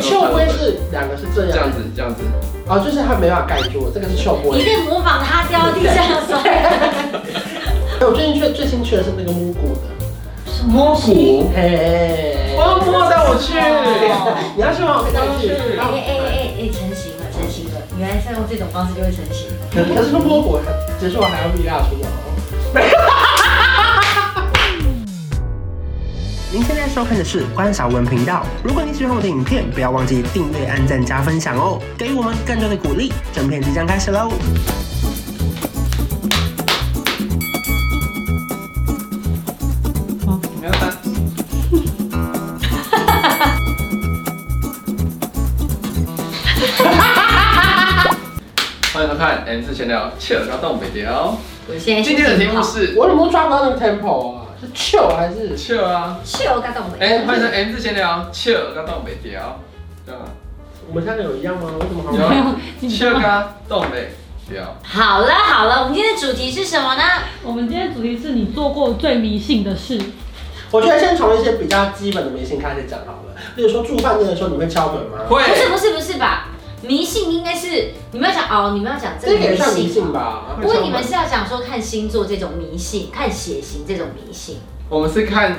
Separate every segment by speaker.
Speaker 1: 秀龟是两个是这
Speaker 2: 这
Speaker 1: 样，
Speaker 2: 样子这样子，
Speaker 1: 哦，就是它没办法盖住，这个是秀
Speaker 3: 你
Speaker 1: 龟。
Speaker 3: 是模仿他掉地上摔
Speaker 1: 哎，我最近去最新去的是那个木骨的，
Speaker 3: 什么？
Speaker 2: 骨，
Speaker 1: 嘿，
Speaker 2: 哦，摸带我去，
Speaker 3: 哦
Speaker 1: 你要去吗？我可以带你去。
Speaker 3: 哎哎哎哎，成型了，成型了！原来是用这种方式就会成型。
Speaker 1: 可是摸骨结束还要蜜蜡除毛。
Speaker 4: 您现在收看的是关少文频道。如果你喜欢我的影片，不要忘记订阅、按赞、加分享哦，给予我们更多的鼓励。整片即将开始喽！
Speaker 2: 你看它，欢迎收看 M 四闲聊，切尔高动北聊。
Speaker 3: 我现在
Speaker 2: 今天的题目是
Speaker 1: 我怎么抓不到那个 tempo 啊？是 chill 还是？
Speaker 2: 切尔啊，
Speaker 3: 秀嘎动的。
Speaker 2: 哎，欢迎 M 四闲聊，切尔高动北哦聊，对吗？
Speaker 1: 我们三个有一样吗？我怎 么好像？
Speaker 2: 有，切尔高动北聊，
Speaker 3: 好了好了，我们今天的主题是什么呢？
Speaker 5: 我们今天主题是你做过最迷信的事，
Speaker 1: 我觉得先从一些比较基本的迷信开始讲好了。例如说住饭店的时候，你会敲门吗？
Speaker 2: 会
Speaker 3: 不是不是不是吧？迷信应该是你们要讲哦，你们要讲
Speaker 1: 这个
Speaker 3: 真
Speaker 1: 也
Speaker 3: 迷
Speaker 1: 算迷
Speaker 3: 信
Speaker 1: 信
Speaker 3: 吧？
Speaker 1: 吧？
Speaker 3: 不过你们是要讲说看星座这种迷信，看血型这种迷信。
Speaker 2: 我们是看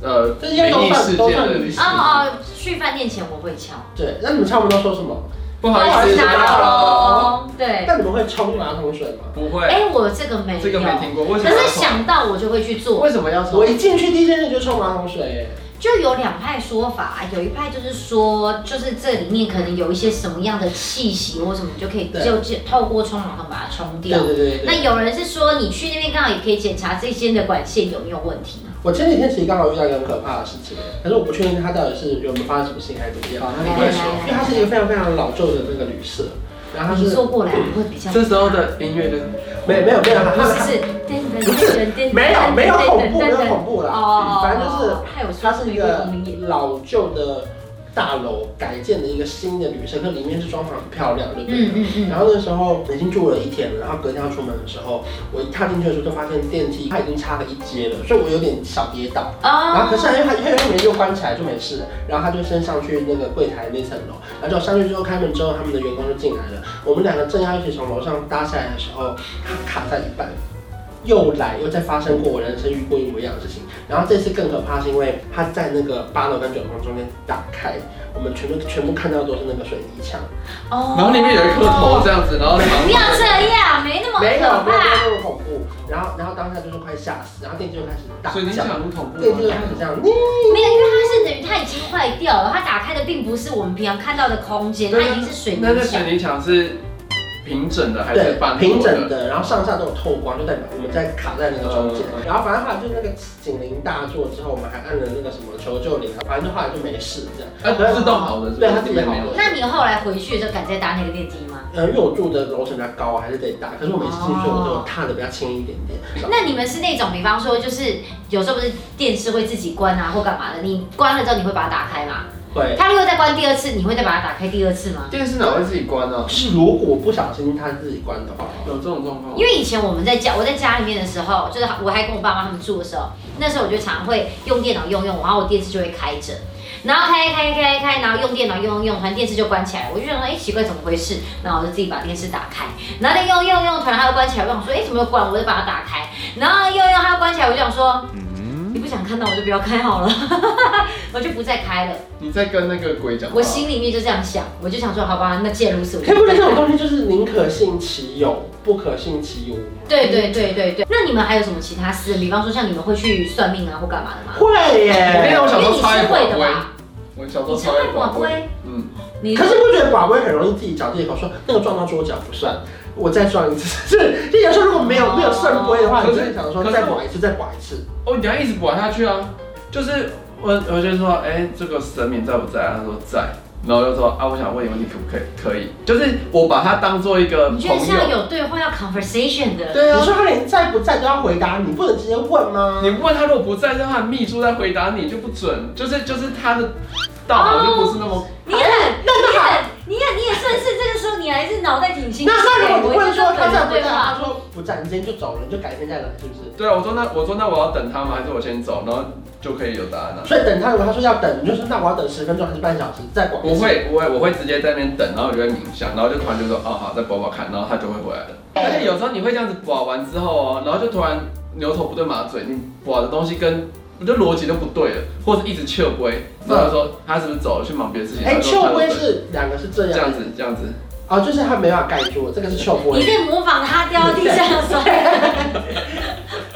Speaker 2: 呃
Speaker 1: 这些都
Speaker 2: 灵异
Speaker 1: 算
Speaker 2: 事
Speaker 1: 都
Speaker 2: 件
Speaker 1: 算
Speaker 2: 的
Speaker 1: 迷
Speaker 2: 历
Speaker 1: 信
Speaker 2: 史
Speaker 3: 哦，哦，去饭店前我会敲。
Speaker 1: 对，那你们敲门都说什么？
Speaker 2: 不
Speaker 3: 啊
Speaker 2: 好意思，
Speaker 1: 不好意思
Speaker 2: 打扰了，
Speaker 3: 喽。对，
Speaker 1: 那你们会冲马桶水吗？
Speaker 2: 不会，
Speaker 3: 哎，我这个没有，
Speaker 2: 这个没听过，为什么
Speaker 3: 可
Speaker 2: 要
Speaker 3: 是
Speaker 2: 冲？
Speaker 3: 想到我就会去做。
Speaker 2: 为什么要冲
Speaker 1: 我？一进去第一件事就冲马桶水，
Speaker 3: 就有两派说法，有一派就是说，就是这里面可能有一些什么样的气息或什么，你就可以
Speaker 1: 对
Speaker 3: 就就透过冲马桶把它冲
Speaker 1: 对
Speaker 3: 掉。
Speaker 1: 对对
Speaker 3: 那
Speaker 1: 对。
Speaker 3: 有人是说，你去那边刚好也可以检查这些的管线有没有问题。
Speaker 1: 我前几天其实刚好遇到一个很可怕的事情，可是我不确定它到底是有没有发生什么事情还是怎么样
Speaker 2: 好，，那你
Speaker 3: 来
Speaker 2: 快
Speaker 3: 来
Speaker 2: 说。
Speaker 1: 因为它是一
Speaker 3: 来
Speaker 1: 个非常非常老旧的那个旅社，然后
Speaker 3: 来，
Speaker 1: 它
Speaker 3: 你
Speaker 1: 是
Speaker 3: 坐过来会比较。
Speaker 2: 这时候的音乐就是
Speaker 1: 没没有没有
Speaker 3: 不
Speaker 1: 它
Speaker 3: 是
Speaker 1: 它
Speaker 3: 是，
Speaker 1: 不是没有没有恐怖没有恐怖啦，
Speaker 3: 哦，
Speaker 1: 反正就是
Speaker 3: 还有
Speaker 1: 它是一个老旧的大楼改建的一个新的旅社，可里面是装潢很漂亮，对不对？
Speaker 3: 嗯嗯嗯，
Speaker 1: 然后那时候已经住了一天了，然后隔天要出门的时候，我一踏进去的时候就发现电梯它已经差了一阶了，所以我有点小跌倒。
Speaker 3: 啊
Speaker 1: 然后可是因为它因为它里面又关起来就没事了，然后他就先上去那个柜台那层楼，然后就上去之后开门之后，他们的员工就进来了。我们两个正要一起从楼上搭下来的时候，他卡在一半，又来又再发生过我人生遇过一模一样的事情。然后这次更可怕是因为他在那个八楼跟九楼中间打开，我们全部全部看到都是那个水泥墙，
Speaker 3: 哦
Speaker 2: 然后里面有一颗头这样子，然后
Speaker 3: 不要这样，没那么
Speaker 1: 没有没有
Speaker 3: 可
Speaker 1: 没有
Speaker 3: 怕。
Speaker 1: 那么恐怖。然后然后当下就是快吓死，然后电梯就开始大
Speaker 2: 水泥
Speaker 1: 叫，
Speaker 2: 墙很恐怖
Speaker 1: 电梯就开
Speaker 2: 吗
Speaker 1: 始？这样。
Speaker 3: 没有，因为它是等于它已经坏掉了，它打开的并不是我们平常看到的空间，它
Speaker 2: 对啊
Speaker 3: 已经是水泥
Speaker 2: 那这
Speaker 3: 墙。
Speaker 2: 水泥墙是平整的还是
Speaker 1: 对，
Speaker 2: 半裸
Speaker 1: 平整？的，然后上下都有透光，就代表我们在卡在那个中
Speaker 2: 嗯
Speaker 1: 间。然后反正后来就那个警铃大作之后，我们还按了那个什么求救铃，反正就后来就没事这样。
Speaker 2: 它自动好的，是不是
Speaker 1: 对它自己好的
Speaker 2: 里面没有
Speaker 3: 那你后来回去的时候敢再搭那个电梯吗？
Speaker 1: 呃，因为我住的楼层比较高，还是得打。可是我每次进去，我就踏的比较轻一点点。
Speaker 2: 哦
Speaker 3: 那你们是那种，比方说就是有时候不是电视会自己关啊或干嘛的，你关了之后你会把它打开吗？
Speaker 1: 会，
Speaker 3: 它如果再关第二次，你会再把它打开第二次吗？
Speaker 2: 电视哪会自己关呢？
Speaker 1: 是如果不小心它自己关的话，
Speaker 2: 有这种状况
Speaker 3: 因？为以前我们在家，我在家里面的时候，就是我还跟我爸妈他们住的时候，那时候我就常会用电脑用用，然后我电视就会开着，然后开开开开，然后用电脑用用，突然电视就关起来，我就想说，哎、奇怪，怎么回事？然后我就自己把电视打开，然后再用用用，突然它又关起来，我想说，哎、怎么又关？我就把它打开，然后用用它又关起来，我就想说，你不想看到我就不要开好了， 我就不再开了。
Speaker 2: 你在跟那个鬼讲话，
Speaker 3: 我心里面就这样想，我就想说，好吧，那既然如此，我
Speaker 1: 可
Speaker 3: 就
Speaker 1: 哎不可以这种东西就是宁可信其有，不可信其无？
Speaker 3: 对对对对对，那你们还有什么其他私人？比方说像你们会去算命啊或干嘛的吗？
Speaker 1: 会
Speaker 2: 我跟你
Speaker 1: 耶
Speaker 2: 讲，。我小时候
Speaker 3: 因为你
Speaker 2: 超爱
Speaker 3: 是会
Speaker 2: 宝
Speaker 3: 的
Speaker 2: 龟，
Speaker 3: 吧？
Speaker 2: 我小时候
Speaker 3: 你
Speaker 2: 超
Speaker 3: 超
Speaker 2: 爱
Speaker 3: 爱
Speaker 2: 宝
Speaker 3: 宝
Speaker 2: 龟，
Speaker 3: 龟，
Speaker 2: 嗯，
Speaker 3: 哎你
Speaker 1: 可是不觉得宝贝很容易自己找借口说那个撞到桌角不算，我再撞一次。 是，就有时候如果没有没有圣杯的话，你就会想说再拐一次，再拐一次。
Speaker 2: 哦，你要一直玩下去啊，就是我我就说，哎，这个神明在不在啊？他说在，然后我就说啊，我想问你问题可不可以？可以，就是我把它当做一个
Speaker 3: 你
Speaker 2: 朋
Speaker 3: 觉得像
Speaker 2: 友，
Speaker 3: 有对话要 conversation 的，
Speaker 2: 对啊
Speaker 1: 你。说他连在不在都要回答你，不能直接问吗？
Speaker 2: 你问他如果不在，让他的秘书在回答你就不准，就是就是他的道就不是那么。
Speaker 3: 你很你很你很你也算是这个时候你还是脑袋挺清楚
Speaker 1: 那
Speaker 3: 的。
Speaker 1: 那如果你
Speaker 3: 我
Speaker 1: 问
Speaker 3: 就
Speaker 1: 说
Speaker 3: 说
Speaker 1: 他在不
Speaker 3: 对
Speaker 1: 在，他
Speaker 3: 话，
Speaker 1: 说不站，你直接就走了，你就改天再来，是不是？
Speaker 2: 对啊，我说那我说那我要等他吗？还是我先走，然后就可以有答案了、
Speaker 1: 所以等他，如果他说要等，你就说那我要等十分钟还是半小时，再管
Speaker 2: 不。会不会，我会直接在那边等，然后我就会冥想，然后就突然就说哦好，再播播看，然后他就会回来的。而且有时候你会这样子播完之后哦，然后就突然牛头不对马嘴，你播的东西跟我觉得逻辑都不对了，或者一直切龟，然后就说他是不是走了去忙别的事情？
Speaker 1: 哎，
Speaker 2: 然后就
Speaker 1: 秋
Speaker 2: 看到
Speaker 1: 龟
Speaker 2: 对
Speaker 1: 是两个是这
Speaker 2: 这
Speaker 1: 样，
Speaker 2: 样子这样子，
Speaker 1: 哦，就是他没办法盖住，这个是秋
Speaker 3: 你
Speaker 1: 龟。
Speaker 3: 在模仿他掉地上摔，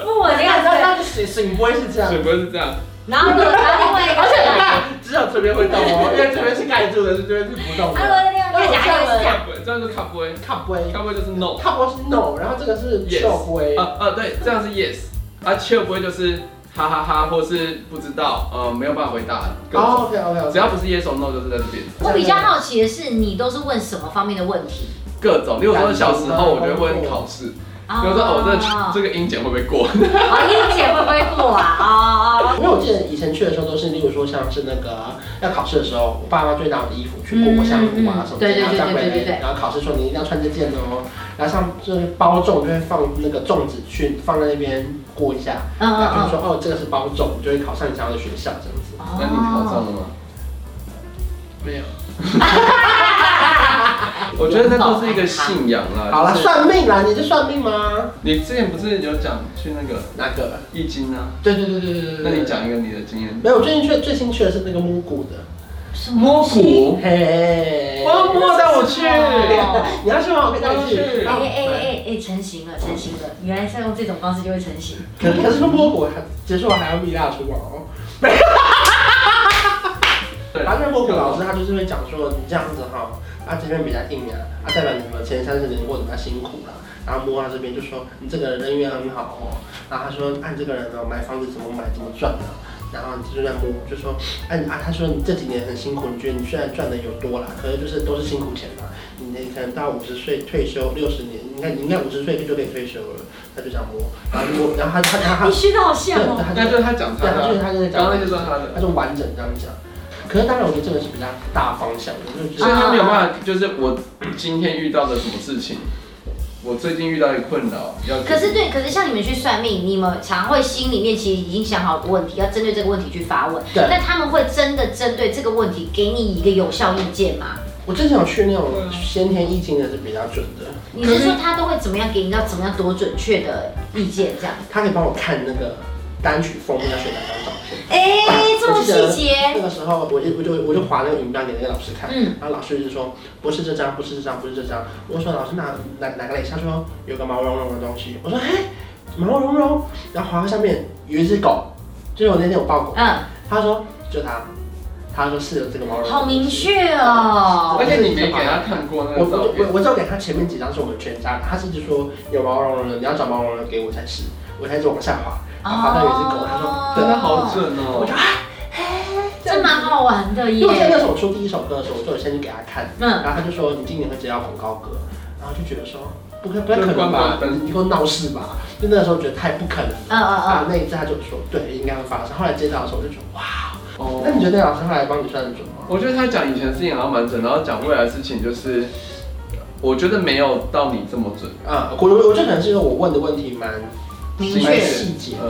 Speaker 3: 不我
Speaker 1: 你
Speaker 3: 这
Speaker 1: 看，
Speaker 3: 样
Speaker 1: 那
Speaker 3: 子。
Speaker 1: 那醒醒龟是这样
Speaker 2: 所，以不会是这样。
Speaker 3: 然后如果他另外一个
Speaker 1: 而且你
Speaker 3: 人，
Speaker 1: 看，只有这边会动 哦，因为这边是盖住的，是这边是不动
Speaker 3: 他如果
Speaker 1: 的。
Speaker 3: 在另外一个人，他会是这样。
Speaker 2: 这样就卡不会，
Speaker 1: 卡龟，
Speaker 2: 卡不会就是 no
Speaker 1: 卡龟是 no，然后这个是哦
Speaker 2: Yes
Speaker 1: 秋龟。
Speaker 2: 啊啊对，这样是 yes 啊切不会就是哈哈哈或是不知道呃没有办法回答各种，
Speaker 3: 啊
Speaker 1: 哦，OK OK OK。
Speaker 2: 只要不是 yes or no 就是在这边
Speaker 3: 我比较好奇的是，你都是问什么方面的问题？
Speaker 2: 各种，例如说小时候我就会问考试，
Speaker 3: 哦
Speaker 2: 比如说哦
Speaker 3: 哦
Speaker 2: 这这个英检会不会过，
Speaker 3: 英姐会不会过啊？哦哦
Speaker 1: 因为我记得以前去的时候都是，例如说像是那个要考试的时候，我爸妈就会拿我的衣服去过过项目啊
Speaker 3: 嗯嗯
Speaker 1: 什么的，
Speaker 3: 对对
Speaker 1: 然后
Speaker 3: 对
Speaker 1: 再回
Speaker 3: 对对对
Speaker 1: 来，
Speaker 3: 对
Speaker 1: 然后考试说你一定要穿这件哦，然后像就是包粽就会放那个粽子去放在那边过一下，
Speaker 3: 哦，嗯
Speaker 1: 然后就
Speaker 3: 嗯
Speaker 1: 说哦这个是包粽，你就会考上你想要的学校这样子。
Speaker 3: 嗯。
Speaker 2: 那你考上了吗？
Speaker 1: 没有，
Speaker 2: 我觉得那都是一个信仰啦。
Speaker 1: 好了，
Speaker 2: 就是
Speaker 1: 算命啦，你是算命吗？
Speaker 2: 你之前不是有讲去那个
Speaker 1: 哪个？
Speaker 2: 易经啊？
Speaker 1: 对对对对对对。
Speaker 2: 那你。讲一个你的经验。
Speaker 1: 没有，我最近去最新去的是那个蒙古的，
Speaker 3: 什么
Speaker 2: 摸骨，
Speaker 1: 嘿，
Speaker 2: 我要摸带我去。
Speaker 3: 哦
Speaker 1: 你要去吗？我可以带你
Speaker 2: 我
Speaker 1: 去。
Speaker 3: 哎
Speaker 1: 然后
Speaker 3: 哎哎哎，成型了，成型了！原来是要用这种方式就会成型。
Speaker 1: 可可是说摸骨还结束完还要蜜蜡除毛哦。
Speaker 2: 对
Speaker 1: 反正波普老师他就是会讲说，你这样子哈，啊这边比较硬啊，啊代表你们前三十年过得比较辛苦啦。然后摸到这边就说你这个人人缘很好哦，然后他说按这个人哦买房子怎么买怎么赚啊，然后你就在摸就说，哎你啊他说你这几年很辛苦，你觉得你虽然赚的有多啦，可是就是都是辛苦钱嘛，你那可能到五十岁退休六十年，你看你应该五十岁就可以退休了，他就想摸，然后摸，然后他他他他
Speaker 3: 你，虚的好像
Speaker 1: 对
Speaker 3: 哦。
Speaker 1: 他
Speaker 2: 那
Speaker 1: 就
Speaker 2: 就是他讲他
Speaker 1: 对，他就是
Speaker 2: 的，
Speaker 1: 他就是
Speaker 2: 刚
Speaker 1: 讲
Speaker 2: 刚那些算他的，
Speaker 1: 他就完整这样讲。可是当然，我觉得这个是比较大方向的，就是
Speaker 3: 啊
Speaker 2: 所以他没有办法。就是我今天遇到的什么事情，我最近遇到一个困扰，要
Speaker 3: 可是对，可是像你们去算命，你们常会心里面其实已经想好的问题，要针对这个问题去发问。
Speaker 1: 对
Speaker 3: 那他们会真的针对这个问题给你一个有效意见吗？
Speaker 1: 我之前有去那
Speaker 2: 对啊
Speaker 1: 种先天易经的是比较准的，
Speaker 3: 你是说他都会怎么样给你到怎么样多准确的意见这样？
Speaker 1: 他可以帮我看那个单曲封面要选哪张照片。啊
Speaker 3: 哎、这么细
Speaker 1: 那
Speaker 3: 节，
Speaker 1: 个时候我就我就我就划那个影片给那个老师看，
Speaker 3: 嗯
Speaker 1: 然后老师就说不是这张，不是这张，不是这张。我说老师哪哪哪个类？他说有个毛茸茸的东西。我说嘿，毛茸茸。然后划到下面有一只狗，就是我那天有抱狗，
Speaker 3: 嗯，
Speaker 1: 他说就它，他说是有这个毛茸茸的东西。
Speaker 3: 好明确哦。
Speaker 2: 而且你没给他看过那
Speaker 1: 我
Speaker 2: 个照
Speaker 1: 我
Speaker 2: 片
Speaker 1: 我，我只有给他前面几张是我们全家的，他是就说有毛茸茸的，你要找毛茸茸的给我才是，我才一直往下滑，
Speaker 2: 啊
Speaker 1: 然后滑到有一只狗，他
Speaker 3: 哦
Speaker 1: 说，
Speaker 2: 真的好准
Speaker 1: 我
Speaker 2: 哦
Speaker 1: 就。
Speaker 3: 这蛮好玩的
Speaker 1: 因为在
Speaker 3: 耶。
Speaker 1: 那时候我出第一首歌的时候，我就有先去给他看，
Speaker 3: 嗯，
Speaker 1: 然后他就说你今年会接到广告歌，然后就觉得说不可不可
Speaker 2: 关
Speaker 1: 能吧
Speaker 2: 关，灯
Speaker 1: 你给我闹事吧，就那时候觉得太不可能了。
Speaker 3: 嗯嗯
Speaker 1: 啊
Speaker 3: 嗯，，
Speaker 1: 那一次他就说对，应该会发生。后来接到的时候我就觉得哇，那
Speaker 2: 哦，
Speaker 1: 你觉得那老师后来帮你算得准吗？
Speaker 2: 我觉得他讲以前的事情好像蛮准，然后讲未来的事情就是，我觉得没有到你这么准。
Speaker 1: 啊，我我我这可能是因为我问的问题蛮
Speaker 3: 明
Speaker 1: 蛮
Speaker 3: 确。
Speaker 1: 细节的。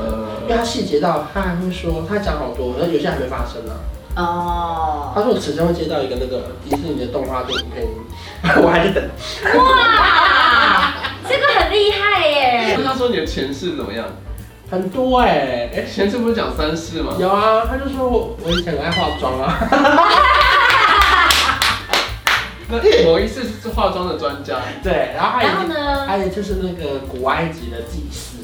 Speaker 1: 因
Speaker 2: 呃，
Speaker 1: 为他细节到，他还会说，他讲好多，那有些还没发生呢、
Speaker 3: 哦，
Speaker 1: 他说我此生会接到一个那个迪士尼的动画电影配音， 我还在等。
Speaker 3: 哇，这个很厉害耶。
Speaker 2: 那他说你的前世怎么样？
Speaker 1: 很多哎、欸，
Speaker 2: 前世不是讲三世吗？
Speaker 1: 有啊，他就说我我以前很爱化妆啊，
Speaker 2: 那某一世是化妆的专家，
Speaker 1: 对，然后还有
Speaker 3: 然后呢？
Speaker 1: 还有就是那个古埃及的祭司，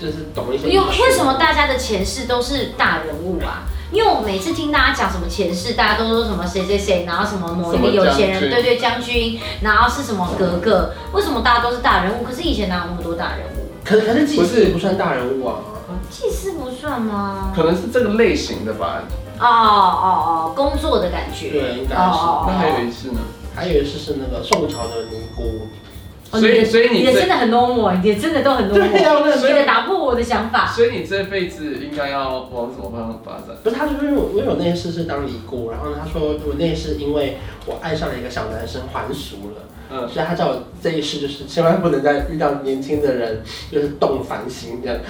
Speaker 1: 就是懂一些。
Speaker 3: 因为为什么？大家的前世都是大人物啊？因为我每次听大家讲什么前世，大家都说什么谁谁谁，然后什么某一个有钱
Speaker 2: 什么将军
Speaker 3: 人，对对将军，然后是什么格格，为什么大家都是大人物？可是以前哪有那么多大人物？
Speaker 1: 可可是祭
Speaker 2: 不是
Speaker 1: 司不算大人物啊，
Speaker 3: 祭司不算吗？
Speaker 2: 可能是这个类型的吧。
Speaker 3: 哦哦哦，工作的感觉。
Speaker 1: 对，应该是。
Speaker 3: 哦
Speaker 2: 那还有一世呢？
Speaker 1: 还有一次是那个宋朝的尼姑，
Speaker 3: 哦
Speaker 2: 所以所以你
Speaker 3: 你的
Speaker 2: 这
Speaker 3: 真的很 normal，你的真的都很
Speaker 2: 啊
Speaker 1: 对啊
Speaker 3: normal，
Speaker 1: 呀、那
Speaker 3: 你
Speaker 1: 所以
Speaker 3: 的打破我的想法。
Speaker 2: 所以你这辈子应该要往什么方向发展？
Speaker 1: 不是，他就是因为我，因为我那一世是当尼姑，然后他说我那一世因为我爱上了一个小男生还俗了，
Speaker 2: 嗯，
Speaker 1: 所以他叫我这一世就是千万不能再遇到年轻的人，就是动凡心这样。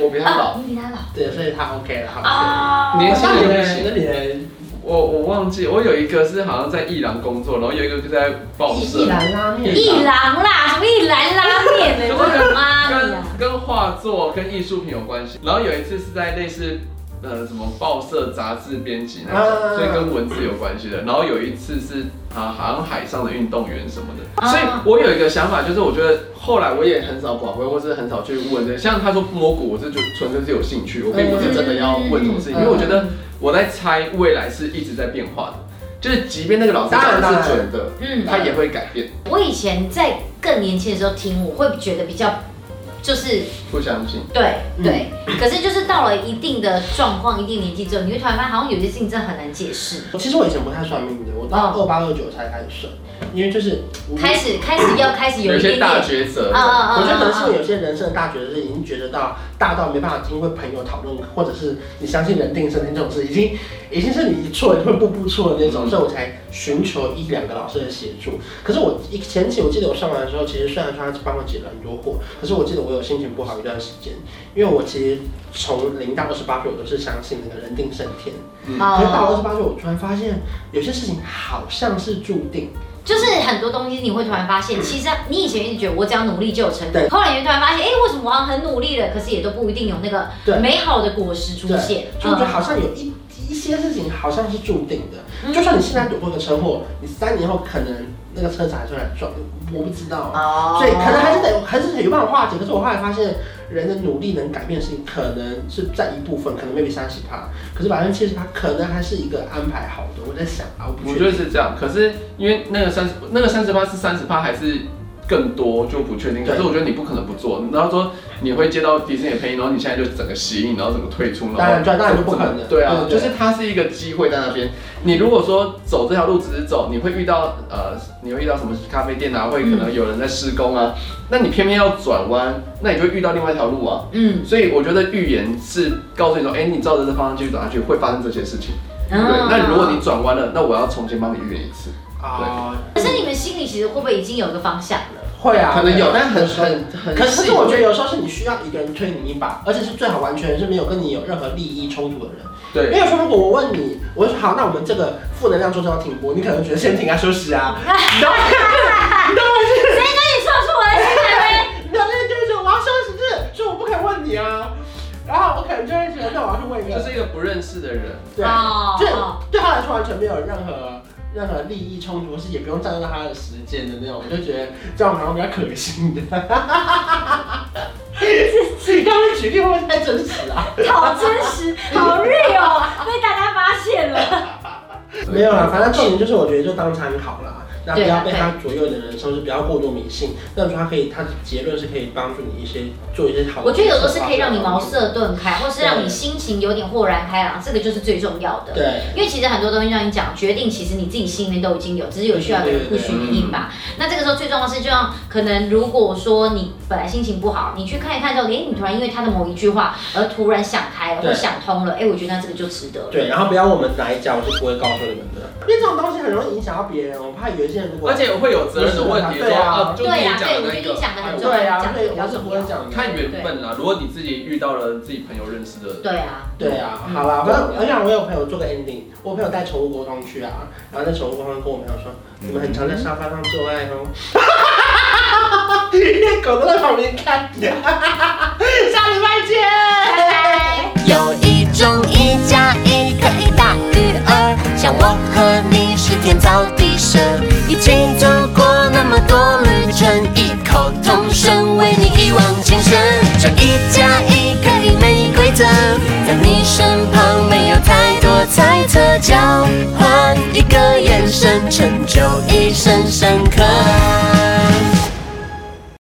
Speaker 2: 我比他老，
Speaker 3: 啊，你比他老
Speaker 1: 对，所以他 OK 了，好。
Speaker 3: 啊
Speaker 2: 年轻人就
Speaker 1: 那你
Speaker 2: 不
Speaker 1: 呢
Speaker 2: 行。
Speaker 1: 那你呢
Speaker 2: 我我忘记，我有一个是好像在伊朗工作，然后有一个就在报社
Speaker 1: 一，兰拉面，
Speaker 3: 一郎啦，什么一兰拉面呢？
Speaker 2: 什
Speaker 3: 我
Speaker 2: 么
Speaker 3: 的妈
Speaker 2: 跟
Speaker 3: 呀！
Speaker 2: 跟画作跟艺术品有关系。然后有一次是在类似呃什么报社杂志编辑那种，
Speaker 1: 啊
Speaker 2: 所以跟文字有关系的。然后有一次是啊好像海上的运动员什么的。
Speaker 3: 啊
Speaker 2: 所以我有一个想法，就是我觉得后来我也很少保会，或是很少去问这像他说摸骨，我这就纯粹是有兴趣，我并不是真的要问什么事情，因为我觉得我在猜未来是一直在变化的，就是即便那个老师讲
Speaker 1: 当
Speaker 2: 的
Speaker 1: 然
Speaker 2: 是准的，
Speaker 3: 嗯，
Speaker 2: 他也会改变。
Speaker 3: 我以前在更年轻的时候听，我会觉得比较就是
Speaker 2: 不相信。
Speaker 3: 对对，可是就是到了一定的状况、一定年纪之后，你会突然发现好像有些事情真的很难解释。
Speaker 1: 其实我以前不太算命的，我到二八二九才开始算，因为就是
Speaker 3: 开，始开始要开始有
Speaker 2: 有
Speaker 3: 一
Speaker 2: 一些
Speaker 3: 点
Speaker 2: 大
Speaker 3: 点，
Speaker 2: 抉择
Speaker 3: 啊，啊啊！
Speaker 1: 我觉得可能
Speaker 3: 啊
Speaker 1: 是有些人生的大觉是已经觉得到大到没办法经过朋友讨论，或者是你相信人定胜天这种事，已经已经是你一错一会步步错的那种，
Speaker 2: 嗯
Speaker 1: 所以我才寻求一两个老师的协助。可是我一前期我记得我上完的时候，其实虽然说他帮我解了很多惑，可是我记得我有心情不好一段时间，因为我其实从零到二十八岁我都是相信那个人定胜天。
Speaker 2: 嗯
Speaker 1: 可是到了二
Speaker 3: 哦
Speaker 1: 十八岁，我突然发现有些事情好像是注定。
Speaker 3: 就是很多东西你会突然发现，其实你以前一直觉得我只要努力就有成
Speaker 1: 对
Speaker 3: 功，后来你会突然发现，哎，为什么我好像很努力了，可是也都不一定有那个
Speaker 1: 对
Speaker 3: 美好的果实出现。
Speaker 1: 就我觉得好
Speaker 3: 嗯
Speaker 1: 像有一一些事情好像是注定的，就算你现在躲过个车祸，你三年后可能那个车子还是会来撞，我不知道啊。
Speaker 3: 哦
Speaker 1: 所以可能还是得还是有办法化解。可是我后来发现，人的努力能改变的事情，可能是占一部分，可能 maybe 三十趴，可是百分之七十趴可能还是一个安排好的。我在想啊，我不
Speaker 2: 我
Speaker 1: 确
Speaker 2: 觉
Speaker 1: 定
Speaker 2: 得。是这样，可是因为那个三十那个三十八是三十八还是更多就不确定。可
Speaker 1: 对
Speaker 2: 是我觉得你不可能不做，然后说你会接到迪士尼的配音，然后你现在就整个吸引，然后整个退出，
Speaker 1: 当然
Speaker 2: 后
Speaker 1: 当然就
Speaker 2: 怎么
Speaker 1: 不可能
Speaker 2: 对啊，
Speaker 1: 对对
Speaker 2: 就
Speaker 1: 对
Speaker 2: 是它是一个机会在那边。你如果说走这条路只是走，你会遇到呃，你会遇到什么咖啡店啊，会可能
Speaker 1: 嗯
Speaker 2: 有人在施工啊，那你偏偏要转弯，那你就会遇到另外一条路啊。
Speaker 3: 嗯
Speaker 2: 所以我觉得预言是告诉你说，哎、你照着这方向继续走下去，会发生这些事情。对，
Speaker 1: 哦
Speaker 3: 嗯
Speaker 2: 那如果你转弯了，那我要重新帮你预言一次。
Speaker 1: 啊，
Speaker 3: 可是你们心里其实会不会已经有一个方向了？
Speaker 1: 会啊，
Speaker 2: 可能有，
Speaker 1: 对
Speaker 2: 但很很很。
Speaker 1: 可是，可是我觉得有时候是你需要一个人推你一把，而且是最好完全是没有跟你有任何利益冲突的人。
Speaker 2: 对，
Speaker 1: 因为说如果我问你，我说好，那我们这个负能量周要停播，你可能觉得先停啊，休息啊。你懂吗？你懂吗？
Speaker 3: 谁跟你说出我的心坎嘞？
Speaker 1: 你懂那就是我要休息，就是所以我不肯问你啊。然后我可能就会觉得，那我要去问一
Speaker 2: 就
Speaker 1: 个，
Speaker 2: 是一个不认识的人，
Speaker 1: 对，
Speaker 3: 哦
Speaker 1: 就是对他来说完全没有任何任何利益冲突，或是也不用占用到他的时间的那种，我就觉得这样好像比较可心的。 你刚刚举例会不会太真实啊？
Speaker 3: 好真实，好 real，被大家发现了。
Speaker 1: 没有啦，反正重点就是我觉得就当参考啦，那不
Speaker 3: 对
Speaker 1: 要
Speaker 3: 啊
Speaker 1: 被它左右你的人生，是不要过度迷信。那它可以，它的结论是可以帮助你一些做一些好的。
Speaker 3: 我觉得有时候是可以让你茅。塞顿开，或是让你心情有点豁然开朗，这个就是最重要的。
Speaker 1: 对，
Speaker 3: 因为其实很多东西让你讲决定，其实你自己心里面都已经有，只是有需要的人不许你硬
Speaker 2: 嗯
Speaker 3: 吧。那这个时候最重要的是，就像可能如果说你本来心情不好，你去看一看之后，诶，你突然因为他的某一句话而突然想开了或
Speaker 1: 对
Speaker 3: 想通了，诶，我觉得那这个就值得了。
Speaker 1: 对，然后不要问我们哪一家，我是不会告诉你们的，因为这种东西很容易影响到别人。我怕有一些人如果
Speaker 2: 而且会有责任的问题，
Speaker 1: 对
Speaker 2: 说
Speaker 1: 啊
Speaker 2: 啊，就
Speaker 3: 对
Speaker 2: 是你
Speaker 3: 啊，
Speaker 2: 讲
Speaker 3: 对，
Speaker 2: 的
Speaker 3: 我
Speaker 2: 那
Speaker 3: 觉得你
Speaker 2: 个，
Speaker 3: 讲的很重
Speaker 1: 对
Speaker 3: 要，
Speaker 1: 啊，
Speaker 3: 讲的
Speaker 1: 对，
Speaker 3: 比较
Speaker 1: 我是不
Speaker 3: 重
Speaker 1: 会
Speaker 3: 要。
Speaker 1: 讲的。
Speaker 2: 看缘分啊啦。如果你自己遇到了自己朋友认识的，
Speaker 3: 对啊。
Speaker 1: 对啊，好啦，反正而且我有朋友做个 ending，我朋友带宠物沟通去啊，然后在宠物沟通跟我朋友说，你们很常在沙发上做爱 哦，因为狗都在旁边看， 下礼拜见，拜拜。
Speaker 6: 有一种一加一可以大于二，像我和你是天造地设，一起走过那么多旅程，异口同声为你一往情深。这一加一可以没规则，在你身旁没有太多猜测，交换一个眼神，成就一生深刻。